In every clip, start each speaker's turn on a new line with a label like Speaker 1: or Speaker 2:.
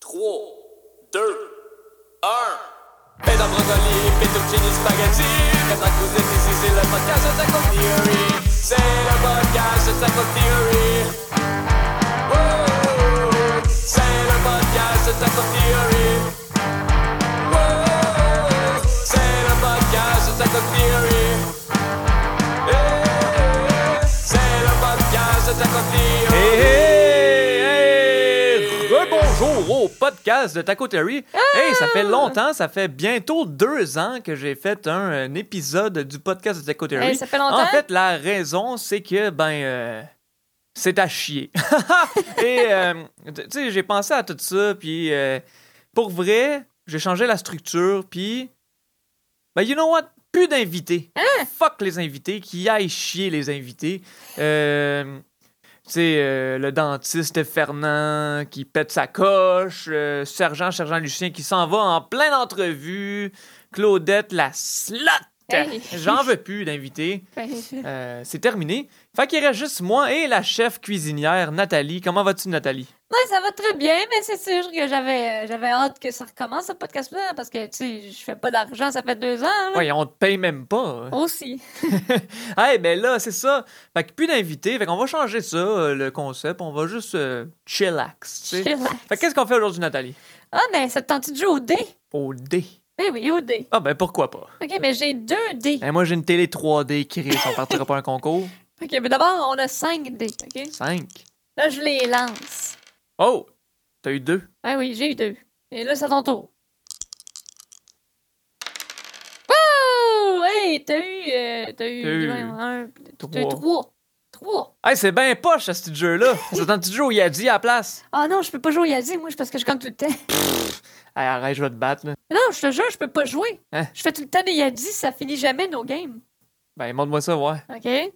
Speaker 1: 3, 2, 1. Pédant brocoli, fettuccini, spaghetti. Pendant que vous êtes ici, c'est le podcast de Taco Theory. C'est le podcast de Taco Theory. Oh, c'est le podcast de Taco Theory. Oh, c'est le podcast de Taco Theory. Eh, c'est le podcast de Taco Theory.
Speaker 2: Hey, hey, hey! Rebonjour au podcast de Taco Terry.
Speaker 3: Ah!
Speaker 2: Hey, ça fait longtemps, ça fait bientôt deux ans que j'ai fait un, un épisode du podcast de Taco Terry.
Speaker 3: Hey, Eh, ça fait longtemps?
Speaker 2: En fait, la raison, c'est que, ben, euh, c'est à chier. Et, euh, tu sais, j'ai pensé à tout ça, puis euh, pour vrai, j'ai changé la structure, puis, ben, you know what? Plus d'invités.
Speaker 3: Hein?
Speaker 2: Fuck les invités, qui aillent chier les invités. Euh, tu sais, euh, le dentiste Fernand qui pète sa coche, euh, sergent, sergent Lucien qui s'en va en pleine entrevue, Claudette la slot.
Speaker 3: Hey.
Speaker 2: J'en veux plus d'invités.
Speaker 3: Ben,
Speaker 2: Euh, c'est terminé. Fait qu'il reste juste moi et la chef cuisinière Nathalie. Comment vas-tu, Nathalie?
Speaker 3: ouais, ça va très bien, mais c'est sûr que j'avais euh, j'avais hâte que ça recommence ce podcast-là parce que, tu sais, je fais pas d'argent, ça fait deux ans. là.
Speaker 2: Ouais, on te paye même pas. hein.
Speaker 3: Aussi.
Speaker 2: hey, ben là, c'est ça. Fait que plus d'invités. Fait qu'on va changer ça, euh, le concept. On va juste euh, chillax. tu sais.
Speaker 3: Chillax.
Speaker 2: Fait que qu'est-ce qu'on fait aujourd'hui, Nathalie?
Speaker 3: Ah, ben, ça te tente de jouer au dé?
Speaker 2: Au dé.
Speaker 3: Oui, oui, au dé.
Speaker 2: Ah, ben pourquoi pas?
Speaker 3: OK, mais j'ai deux dés.
Speaker 2: Ben, moi, j'ai une télé 3D, Chris. On partira pas un concours.
Speaker 3: OK, mais d'abord, on a cinq dés, OK?
Speaker 2: 5.
Speaker 3: Là, je les lance.
Speaker 2: Oh! T'as eu deux.
Speaker 3: Ah oui, j'ai eu deux. Et là, c'est à ton tour. Wow! Hey, t'as eu... euh, t'as eu...
Speaker 2: T'as eu
Speaker 3: un, t'as eu
Speaker 2: trois.
Speaker 3: trois. Trois.
Speaker 2: Hey, c'est bien poche, à ce petit jeu-là. C'est un petit jeu où il y a dit à la place.
Speaker 3: Ah non, je peux pas jouer au Yazi, moi, parce que je compte tout le temps.
Speaker 2: Hey, arrête, je vais te battre, là.
Speaker 3: Non, je te jure, je peux pas jouer.
Speaker 2: Hein?
Speaker 3: Je fais tout le temps des Yadis, ça finit jamais nos games.
Speaker 2: Ben, montre-moi ça, ouais.
Speaker 3: OK? Yadi!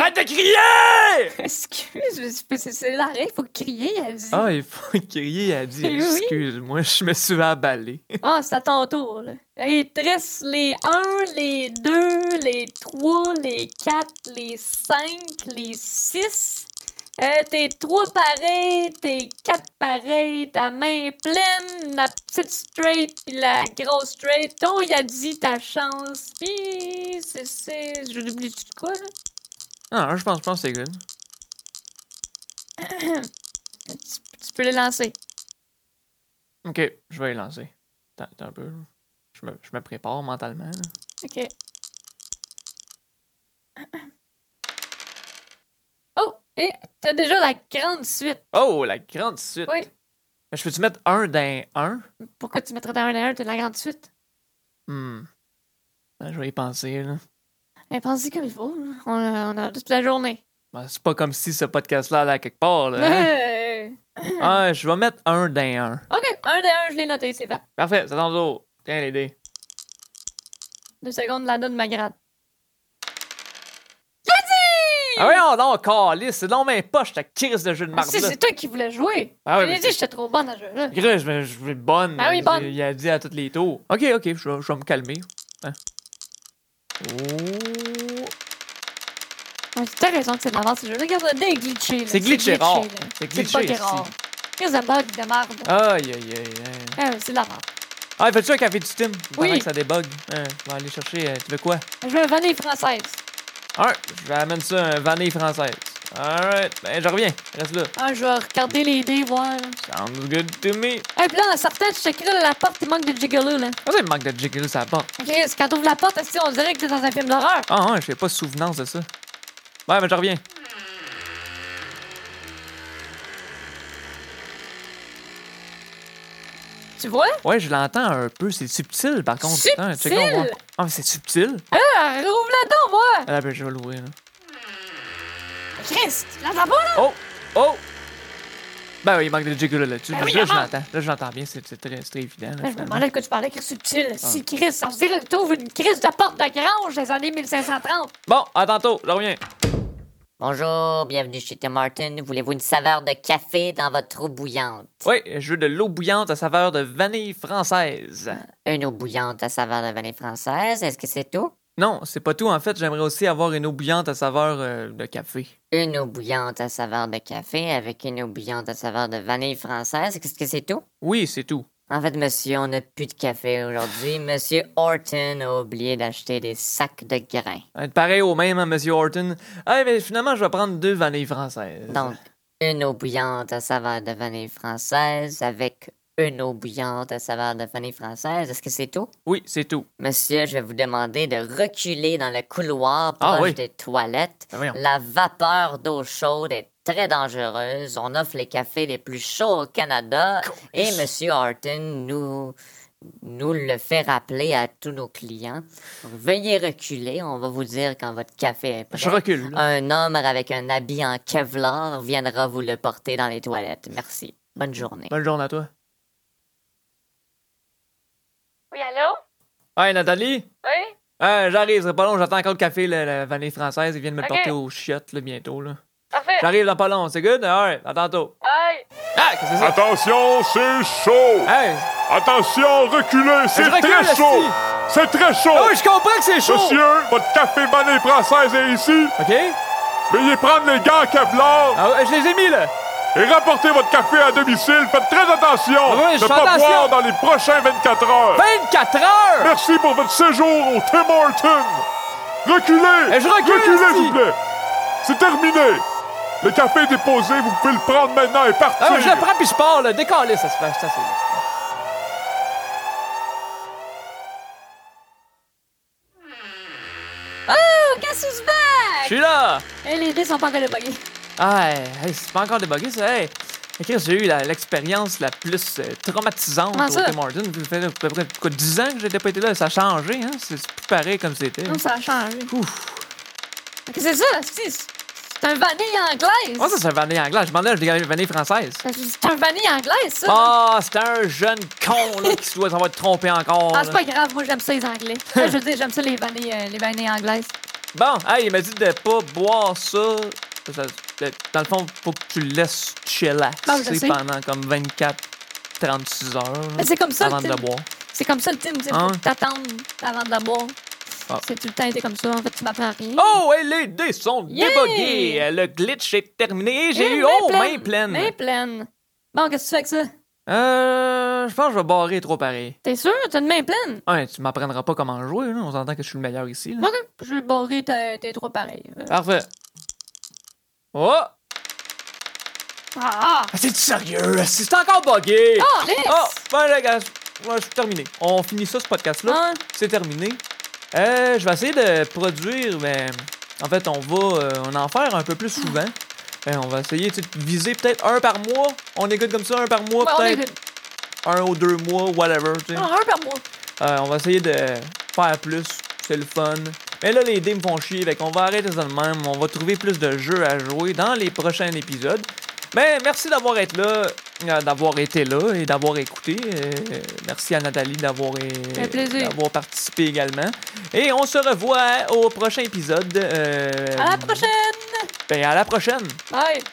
Speaker 2: Arrête de crier!
Speaker 3: Excuse, mais c'est- c'est- c'est l'arrêt, il faut crier, Yadi.
Speaker 2: Ah, il faut crier, elle dit.
Speaker 3: Eh oui.
Speaker 2: Excuse-moi, je me suis abalé.
Speaker 3: Ah, c'est à ton tour, là. Il te reste les 1, les 2, les 3, les 4, les 5, les 6. Euh, t'es 3 pareils, t'es 4 pareils, ta main est pleine, la petite straight puis la grosse straight. Ton Yadi, ta chance, pis c'est... c'est... Je l'oublie tout de quoi, là?
Speaker 2: Ah, je pense, je pense que c'est good.
Speaker 3: Tu, tu peux le lancer.
Speaker 2: Ok, je vais y lancer. Attends, attends un peu. Je me, je me prépare mentalement. là.
Speaker 3: OK. Oh! Et t'as déjà la grande suite.
Speaker 2: Oh, la grande suite.
Speaker 3: Oui.
Speaker 2: Mais Je peux-tu mettre un d'un un?
Speaker 3: Pourquoi tu mettrais dans un à un, t'as la grande suite?
Speaker 2: Hmm. Ben, je vais y penser, là.
Speaker 3: Eh, Pense-y comme il faut. là. On a, on a toute la journée.
Speaker 2: Ben, c'est pas comme si ce podcast-là allait à quelque part, là. hein?
Speaker 3: Euh,
Speaker 2: ah, je vais mettre un d'un un.
Speaker 3: OK, un de un, je l'ai noté, c'est fait.
Speaker 2: Parfait, ça tombe haut. Tiens, les dés.
Speaker 3: Deux secondes, la donne m'agrade.
Speaker 2: Ah oui, on donc, calice, c'est dans mes poches, ta crise de jeu de
Speaker 3: Ah,
Speaker 2: marde.
Speaker 3: si, c'est toi qui voulais jouer.
Speaker 2: Ah oui,
Speaker 3: je
Speaker 2: mais
Speaker 3: l'ai dit, j'étais trop bonne à ce jeu-là.
Speaker 2: Gris, je, vais- je vais bonne.
Speaker 3: Ah oui, bonne.
Speaker 2: Il a dit à tous les tours. Ok, ok, je, vais- je vais me calmer. Hein? Oh.
Speaker 3: Ouais, t'as raison que c'est de l'avance, ce jeu-là. Regarde, le dé est glitché. là.
Speaker 2: C'est glitché rare.
Speaker 3: là.
Speaker 2: C'est
Speaker 3: C'est
Speaker 2: glitché,
Speaker 3: glitché.
Speaker 2: si. Ah.
Speaker 3: C'est rare. Qu'est-ce que ça bug de merde?
Speaker 2: Aïe, aïe, aïe, aïe.
Speaker 3: Ah, oui, c'est de l'avance.
Speaker 2: Ah, fais-tu un café du Tim? Pendant
Speaker 3: Oui.
Speaker 2: que ça débug. Hein, je vais aller chercher. euh, tu veux quoi?
Speaker 3: Je veux vanille française.
Speaker 2: Un, je vais amener ça, un vanille française. Alright, ben je reviens. Reste là.
Speaker 3: Ah, je vais regarder les dés, voir.
Speaker 2: Sounds good to me.
Speaker 3: Et puis là, en sortant, tu checkeras là, la porte, il manque de gigolo, là.
Speaker 2: Comment ça, il me manque de jiggle ça part?
Speaker 3: Chris, quand t'ouvres la porte, esti, on dirait que t'es dans un film d'horreur.
Speaker 2: Ah, ouais, j'ai pas souvenance de ça. Ouais, mais je reviens.
Speaker 3: Tu vois?
Speaker 2: Ouais, je l'entends un peu. C'est subtil, par contre. Putain,
Speaker 3: Subtil?
Speaker 2: checkons, on voit. Ah, mais c'est subtil.
Speaker 3: Ah, rouvre-la donc, moi!
Speaker 2: Ah, ben, je vais l'ouvrir, là.
Speaker 3: Chris, tu l'entends pas, là?
Speaker 2: Oh! Oh! Ben oui, il manque de jiggle là-dessus.
Speaker 3: Ben
Speaker 2: Là,
Speaker 3: oui,
Speaker 2: je
Speaker 3: avant. Ben
Speaker 2: l'entends. Là, je l'entends bien. C'est c'est très, c'est très évident. là,
Speaker 3: Je me
Speaker 2: finalement.
Speaker 3: demandais de quoi tu parlais, Chris subtil.
Speaker 2: Ah.
Speaker 3: Si, Chris, ça veut dire que t'ouvres une crise de porte de grange des années 1530.
Speaker 2: Bon, à tantôt. Je reviens.
Speaker 4: Bonjour, bienvenue chez Tim Martin. Voulez-vous une saveur de café dans votre eau bouillante?
Speaker 2: Oui, je veux de l'eau bouillante à saveur de vanille française.
Speaker 3: Ah.
Speaker 4: Une eau bouillante à saveur de vanille française, est-ce que c'est tout?
Speaker 2: Non, c'est pas tout. En fait, j'aimerais aussi avoir une eau bouillante à saveur euh, de café.
Speaker 4: Une eau bouillante à saveur de café avec une eau bouillante à saveur de vanille française. Qu'est-ce que c'est tout?
Speaker 2: Oui, c'est tout.
Speaker 4: En fait, monsieur, on n'a plus de café aujourd'hui. Monsieur Horton a oublié d'acheter des sacs de grains.
Speaker 2: Euh, Pareil au même, hein, Monsieur Horton. Ah, mais finalement, je vais prendre deux vanilles françaises.
Speaker 4: Donc, une eau bouillante à saveur de vanille française avec une eau bouillante à saveur de vanille française. Est-ce que c'est tout?
Speaker 2: Oui, c'est tout.
Speaker 4: Monsieur, je vais vous demander de reculer dans le couloir proche
Speaker 2: Ah oui.
Speaker 4: des toilettes.
Speaker 2: Ben voyons.
Speaker 4: La vapeur d'eau chaude est très dangereuse. On offre les cafés les plus chauds au Canada et Monsieur Horton nous nous le fait rappeler à tous nos clients. Donc, veuillez reculer, on va vous dire quand votre café est prêt.
Speaker 2: Je recule. là.
Speaker 4: Un homme avec un habit en Kevlar viendra vous le porter dans les toilettes. Merci. Bonne journée.
Speaker 2: Bonne journée à toi.
Speaker 3: Oui, allô?
Speaker 2: Hey, Nathalie!
Speaker 3: Oui?
Speaker 2: Euh, j'arrive, c'est pas long, j'attends encore le café, la, la vanille française. Ils viennent me le
Speaker 3: Ok.
Speaker 2: porter aux chiottes, là, bientôt, là.
Speaker 3: Parfait.
Speaker 2: J'arrive dans pas long, c'est good? Alright, à tantôt.
Speaker 3: Aïe!
Speaker 2: Ah, qu'est-ce que c'est ça?
Speaker 5: Attention, c'est chaud!
Speaker 2: Ah, Hey!
Speaker 5: Attention, reculez, c'est
Speaker 2: Je recule,
Speaker 5: très
Speaker 2: esti.
Speaker 5: chaud! C'est très
Speaker 2: Oh,
Speaker 5: chaud!
Speaker 2: je comprends que c'est chaud!
Speaker 5: Monsieur, votre café vanille française est ici!
Speaker 2: OK?
Speaker 5: Veuillez prendre les gants Kevlar
Speaker 2: Ah, ouais, je les ai mis, là!
Speaker 5: et rapportez votre café à domicile. Faites très attention
Speaker 2: Ah oui, je
Speaker 5: de ne
Speaker 2: fais
Speaker 5: pas
Speaker 2: attention.
Speaker 5: boire dans les prochains 24 heures.
Speaker 2: 24 heures!
Speaker 5: Merci pour votre séjour au Tim Horton. Reculez!
Speaker 2: Eh, je recule,
Speaker 5: Reculez,
Speaker 2: esti.
Speaker 5: s'il vous plaît! C'est terminé! Le café est déposé, vous pouvez le prendre maintenant et partir!
Speaker 2: Ah, ouais, je le prends puis je pars, là. Décalé, ça se fait. Ça, c'est...
Speaker 3: Oh, Cassius
Speaker 2: Je
Speaker 3: Back!
Speaker 2: suis là!
Speaker 3: Eh, les dés sont pas encore débuggés.
Speaker 2: Ah, hey, hey, c'est pas encore débugué, ça. Hey. Chris, j'ai eu la- l'expérience la, plus euh, traumatisante
Speaker 3: Comment
Speaker 2: au
Speaker 3: ça?
Speaker 2: Tim Hortons. Ça fait à peu près quoi, 10 ans que j'étais pas été là. Ça a changé, hein? C'est c'est plus pareil comme c'était.
Speaker 3: Non, ça a changé.
Speaker 2: Ouf!
Speaker 3: Qu'est-ce que c'est ça? C'est c'est un vanille anglaise. Ben,
Speaker 2: Moi, ça, c'est un vanille anglais. Je m'en ai, je l'ai vanille française.
Speaker 3: C'est un vanille anglaise, ça.
Speaker 2: Ah, c'est un jeune con là, qui se doit s'en être trompé encore.
Speaker 3: Ah,
Speaker 2: là.
Speaker 3: c'est pas grave, moi j'aime ça les anglais. Euh, je veux dire, j'aime ça les vanilles, euh, les vanilles anglaises.
Speaker 2: Bon, hey, il m'a dit de pas boire ça. Ça, euh, Dans le fond, faut que tu le laisses chillaxer
Speaker 3: Bon, je sais.
Speaker 2: pendant comme 24, 36 heures. là,
Speaker 3: Mais Ben, c'est comme ça,
Speaker 2: avant
Speaker 3: tu
Speaker 2: de
Speaker 3: sais.
Speaker 2: le boire.
Speaker 3: C'est comme ça le team, tu sais,
Speaker 2: Ah
Speaker 3: faut
Speaker 2: ouais.
Speaker 3: que t'attendre avant de la boire.
Speaker 2: Ah.
Speaker 3: C'est tout le temps été comme ça, en fait, tu m'apprends rien.
Speaker 2: Oh, et les dés sont
Speaker 3: Yeah!
Speaker 2: débogués. Euh, Le glitch est terminé. Et
Speaker 3: Eh,
Speaker 2: j'ai eu,
Speaker 3: main
Speaker 2: oh, main pleine.
Speaker 3: Main pleine. Bon, qu'est-ce que tu fais avec ça?
Speaker 2: Euh, je pense que je vais barrer trop pareil.
Speaker 3: T'es sûr? T'as une main pleine?
Speaker 2: Hein, tu m'apprendras pas comment jouer, là. On s'entend que je suis le meilleur ici, là.
Speaker 3: Ok, je vais barrer tes tes trois pareils. Euh,
Speaker 2: Parfait. Oh!
Speaker 3: Ah!
Speaker 2: Ah, c'est sérieux? esti, C'est encore bugué!
Speaker 3: Oh, Alex!
Speaker 2: Oh, ben les gars, je- moi, je suis terminé. On finit ça, ce podcast-là.
Speaker 3: Ah.
Speaker 2: C'est terminé. Euh, je vais essayer de produire, mais en fait, on va euh, on en faire un peu plus souvent. Euh, on va essayer tu sais, de viser peut-être un par mois. On est good comme ça, un par mois,
Speaker 3: Ouais, on est
Speaker 2: peut-être
Speaker 3: good.
Speaker 2: un ou deux mois, whatever. tu sais.
Speaker 3: Ah, un par mois.
Speaker 2: Euh, on va essayer de faire plus. C'est le fun. Mais là, les dés me font chier. Fait qu'on va arrêter ça de même. On va trouver plus de jeux à jouer dans les prochains épisodes. Mais merci d'avoir été là, euh, d'avoir été là et d'avoir écouté. Euh, merci à Nathalie d'avoir euh,
Speaker 3: Un plaisir.
Speaker 2: d'avoir participé également. Et on se revoit au prochain épisode. euh,
Speaker 3: À la prochaine!
Speaker 2: ben, à la prochaine.
Speaker 3: Bye!